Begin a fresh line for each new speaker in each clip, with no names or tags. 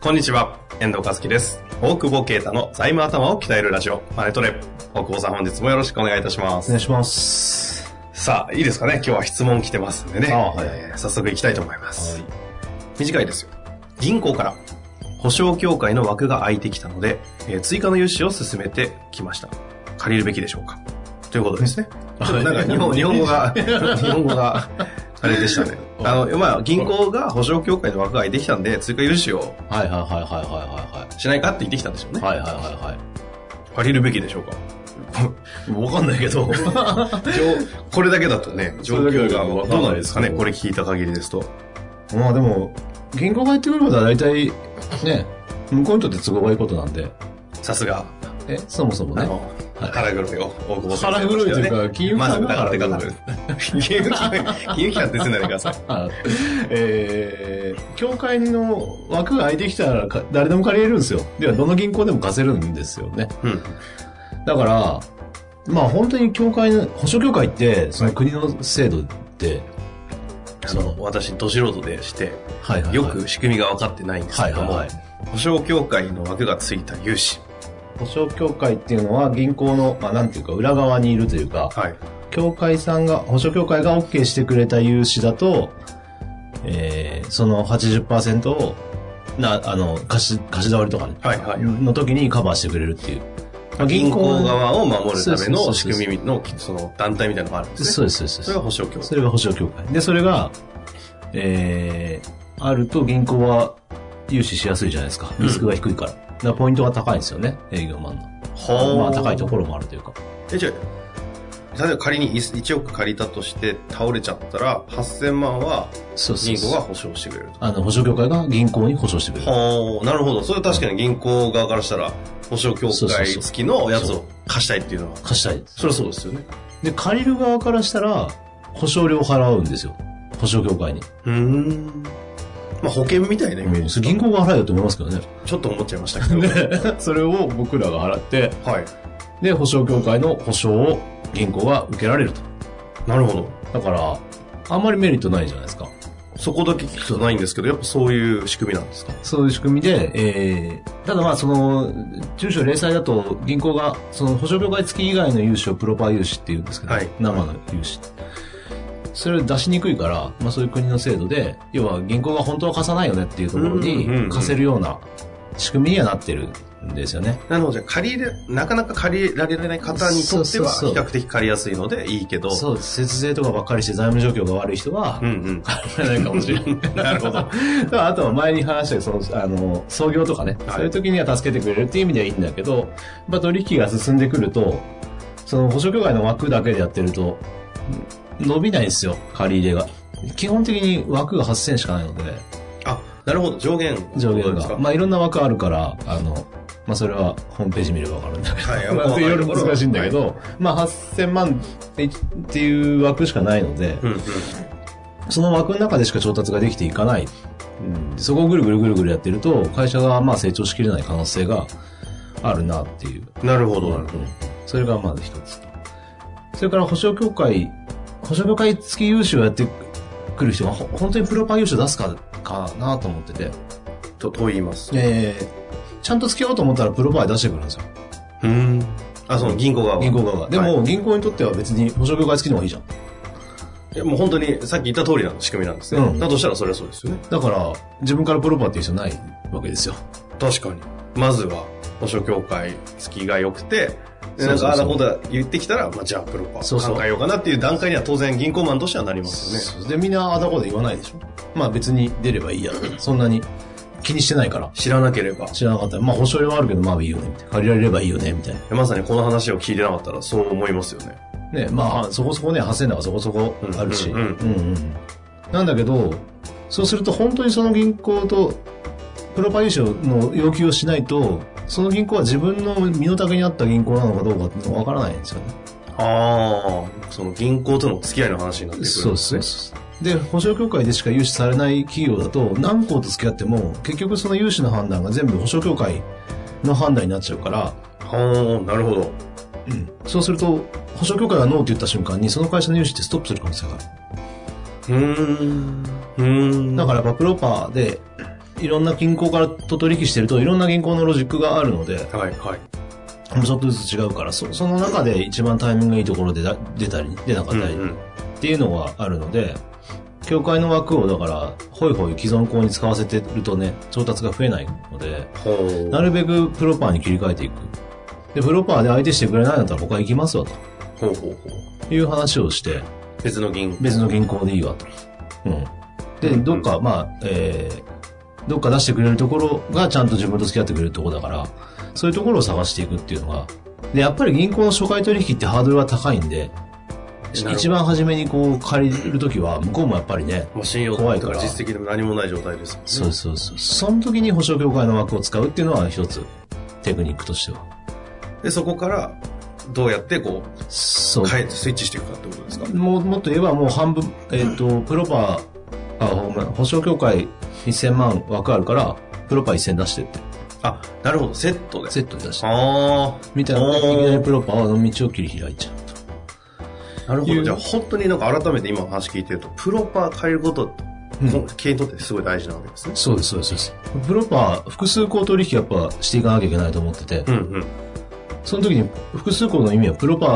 こんにちは、遠藤和樹です。大久保啓太の財務頭を鍛えるラジオ、マネトレ。大久保さん本日もよろしくお願いいたしま
お
す。
願いします。
さあ、いいですかね今日は質問来てますんでね。
あはい
えー早速行きたいと思います。短いですよ。銀行から、保証協会の枠が空いてきたので、えー追加の融資を進めてきました。借りるべきでしょうかということですね。ちょっとなんか日本日本語 が、日本語が、あれでしたね。あの、まあ、銀行が保証協会の枠が空いてきたんで、追加融資を
はいはいはいはいは
しないかって言ってきたんでしょうね
いはい。。はいはいはいは
借りるべきでしょうか
い。わかんないけ ど。
これだけだとね、状
それだけ
況
だけ
が
ど
どう
わかん
な
なんい
で
ですす
か
けど
ね、これ聞いた限りですと。
まあでも、銀行が入ってくることは大体、ね、向こうにとって都合がいいことなんで。
さすが、
え、そもそも
あ
ね。
の、腹黒いよ、大久保さん。
腹黒いというか金融機
まず、だ
関だ
か
からら
手がる。 金融機関、金融機関ってすんなりください。
あえー、協会の枠が空いてきたらか誰でも借りれるんですよ。では、どの銀行でも貸せるんですよね。
うん。
だから、まあ本当に協会の、保証協会って、その国の制度で、
あの、私、ど素人でして、
はいはいはい
よく仕組みが分かってないんです
は
け
いは
ど
い
も
はい、。
保証協会の枠がついた融資。
保証協会っていうのは銀行の、まあ、なんていうか裏側にいるというか、
はい。
協会さんが、保証協会が OK してくれた融資だと、えー、その80%を、な、あの、貸し、貸し倒れとかね、
はいはい。
の時にカバーしてくれるっていう。まあ
銀行側を守るため
そ
の
う
仕
そうそうそう
組みの、その団体みたいなのがあるんです
そ
ね。
うです、そうです。
それが保証協会。
それが保証協会。で、それが、えー、あると銀行は融資しやすいじゃないですか。リスクが低いから。だからポイントが高いんですよね、営業マンの。
ほー
まあ、高いところもあるというか。
え、じゃあ、例えば仮に1 1億借りたとして倒れちゃったら、8000万は
そうそう
銀
そう
行が保証してくれると。
あの、保証協会が銀行に保証してくれる。
はあ、なるほど。それは確かに銀行側からしたら、保証協
そうそう
会
そう
付きのやつを貸したいっていうのは。
貸したいです。
そりゃそうですよね。
で、借りる側からしたら、保証料を払うんですよ。保証協会に。
うーん。まあ保険みたいなイメー
うん、そ
ジ。
れ銀行が払えよと思いますけど ね。
ちょっと思っちゃいましたけど。
それを僕らが払って、
はい。
で、保証協会の保証を銀行が受けられると。
なるほど。
だから、あんまりメリットないじゃないですか。
そこだけ聞くとないんですけど、やっぱそういう仕組みなんですか
そういう仕組みで、えー、ただまあその、住所零細だと銀行が、その保証協会付き以外の融資をプロパー融資って言うんですけど、
はい
生の融資。それを出しにくいから、まあそういう国の制度で、要は銀行が本当は貸さないよねっていうところ
うんうんうんうん
に貸せるような仕組みにはなってるんですよね。
なるほど。じゃあ借りれ、なかなか借りられない方にとって
そう
は、
そうそう
比較的借りやすいのでいいけど。
そうです。節税とかばっかりして財務状況が悪い人は
う、んうん。
買 えないかもしれない。
なるほど。
だからあ とは前に話したその、あの、創業とかね、
はい
そういう時には助けてくれるっていう意味ではいいんだけど、やっぱ取引が進んでくると、その保証協会の枠だけでやってると、ん伸びないんですよ、借り入れが。基本的に枠が8000しかないので、
あ、なるほど。上限。
上
どう
限
ですか
が。まあいろんな枠あるから、あの、まあそれはホームページ見ればわかるんだけど、
はい
まあいろいろ難しいんだけ。ど、まあ8000万っていう枠しかないので、
うんうん。
その枠の中でしか調達ができていかない。うん、そこをぐるぐるぐるぐるやってると、会社がまあ成長しきれない可能性があるなっていう。
なるほど、なるほど。
うんそれがまず一つと。それから保証協会、保証協会付き融資をやってくる人が、ほ本当にプロパー融資を出すか、かなと思ってて、
と、と言います。
えー、ちゃんと付き合おうと思ったらプロパー出してくるんですよ。
うん。あ、その銀行側は
銀行側が。で
はい
も、銀行にとっては別に保証協会付きの方がいいじゃん。
いやもう本当に、さっき言った通りな仕組みなんですね。
うん
だとしたらそれはそうですよね。
だから、自分からプロパーっていう人ないわけですよ。
確かに。まずは、保証協会付きが良くて、で
そ
なん
うそうそう
か、あらほだ言ってきたら、まあ、じゃあ、プロパ
そうそう
考えようかなっていう段階には当然銀行マンとしてはなりますよね。
そうで、みんなあだこで言わないでしょ。まあ別に出ればいいや。そんなに気にしてないから。
知らなければ。
知らなかったら、まあ保証料はあるけど、まあいいよね、みたいな。借りられればいいよね、みたいな。
まさにこの話を聞いてなかったらそう思いますよね。
ね、まあ、そこそこね、8000だかそこそこあるし。
う
うんん
う
うんん、なんだけど、そうすると本当にその銀行と、プロパ融資の要求をしないと、その銀行は自分の身の丈に合った銀行なのかどうかってわからないんですよね。
ああ、その銀行との付き合いの話になってくるんですね。
そうそうで、保証協会でしか融資されない企業だと、何校と付き合っても、結局その融資の判断が全部保証協会の判断になっちゃうから、
はあ、なるほど。
そうすると、保証協会がノーって言った瞬間に、その会社の融資ってストップする可能性がある。
うーん。うーん。
だからやっぱプロパーで、いろんな銀行からと取引してると、いろんな銀行のロジックがあるので、
ら、はい、はい。
ちょっとずつ違うから、そその中で一番タイミングがいいところでだ出たり、出なかったり
うんうん
っていうのがあるので、協会の枠をだから、ほいほい既存校に使わせてるとね、調達が増えないので、
ほう。
なるべくプロパーに切り替えていく。で、プロパーで相手してくれないんだったら僕は行きますわ
ほうほうほ
という話をして、
う。別の銀行。
別の銀行でいいわと。うん。で、どっか、まあ、えー、どっか出してくれるところがちゃんと自分と付き合ってくれるところだから、そういうところを探していくっていうのが、で、やっぱり銀行の初回取引ってハードルは高いんで、
なるほど
一番初めにこう借りるときは、向こうもやっぱりね、
まあ、信用と
怖
か
いから
実績でも何もない状態ですもんね。
そうそうそう。その時に保証協会の枠を使うっていうのは一つ、テクニックとしては。
で、そこから、どうやってこ、
そうう。
変えてスイッチしていくかってことですか。
もうもっと言えばもう半分、えっ、と、プロパー、あ、ほんま保証協会1000万枠あるから、プロパー1000出してって、
あ、なるほど、セットで。
セットで出して。
あ
みたいな、い
おー
きなりプロパーは道を切り開いちゃうと。
あ、なるほど。じゃあ、本当になんか改めて今の話聞いてると、プロパー変えること、
うん
経営にとってすごい大事なわけですね。
そうです、そうです、そうです。プロパー、複数項取引やっぱしていかなきゃいけないと思ってて、
うんうん。
その時に複数項の意味はプロパ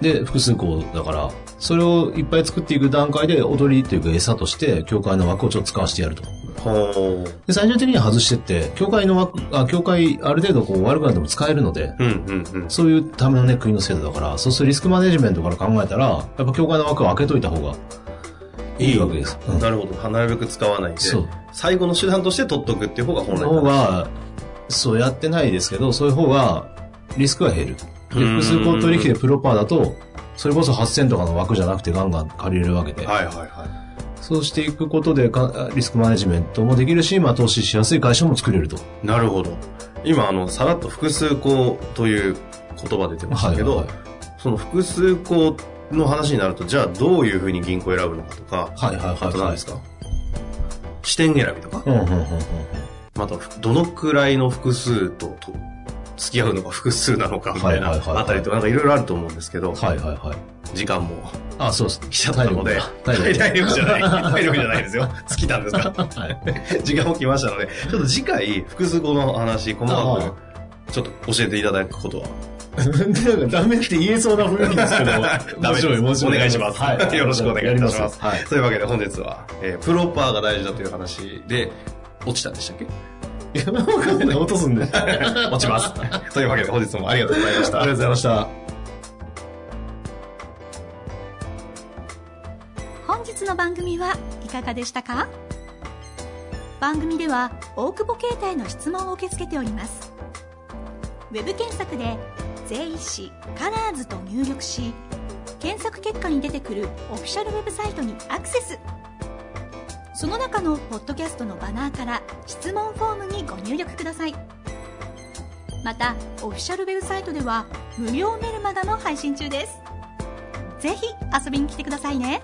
ーで複数項だから、それをいっぱい作っていく段階で踊りというか餌として、協会の枠をちょっと使わせてやると。
ほ
で、最終的には外してって、協会の枠、あ、協会ある程度こう悪くなっても使えるので、
う。うんうんうん。
そういうためのね、国の制度だから、そうするとリスクマネジメントから考えたら、やっぱ協会の枠を開けといた方がいいわけです。うん
なるほど。なるべく使わないで
そう、
最後の手段として取っとくっていう方が本来
の方が、そうやってないですけど、そういう方がリスクが減る。で、
うん
複数項取引でプロパーだと、それこそ8000とかの枠じゃなくてガンガン借りれるわけで、
はいはいは
そうしていくことでかリスクマネジメントもできるし、まあ投資しやすい会社も作れると。
い。なるほど。今、あの、さらっと複数項という言葉出てましたけど、
はい
その複数項の話になると、じゃあどういうふうに銀行を選ぶのかとか、
はいはいはい。
あと何ですか視点選びとか、
うんうんうんうん。
またどのくらいの複数とと付き合うのが複数なのかみたいな
はいはいはいはい
あたりとかなんかいろいろあると思うんですけど、
はいはいはい。
時間も
あ、そうです。
来ちゃったので、
体力だ
体力じゃない、体力じゃないですよ。尽きたんですか
体 力
時間も来ましたので、ちょっと次回、複数語の話、細
あ
かく、ちょっと教えていただくことは。、
はい。なんかダメって言えそうな雰囲気ですけど
ダメです
面白
お願いします
はい。
よろしくお願いいたします
やりよはい。
というわけで本日は、えープロパーが大事だという話で、落ちたんでしたっけ
いや、わかんない。落とすんで。あり
落ち ます。というわけで本日もありがとうございました。
がとうございました。
本日の番組はいかがでしたか番組では大久保携帯の質問を受け付けておりますウェブ検索で「税理士カラーズと入力し検索結果に出てくるオフィシャルウェブサイトにアクセスその中のポッドキャストのバナーから質問フォームにご入力くださいまたオフィシャルウェブサイトでは無料メルマガの配信中ですぜひ遊びに来てくださいね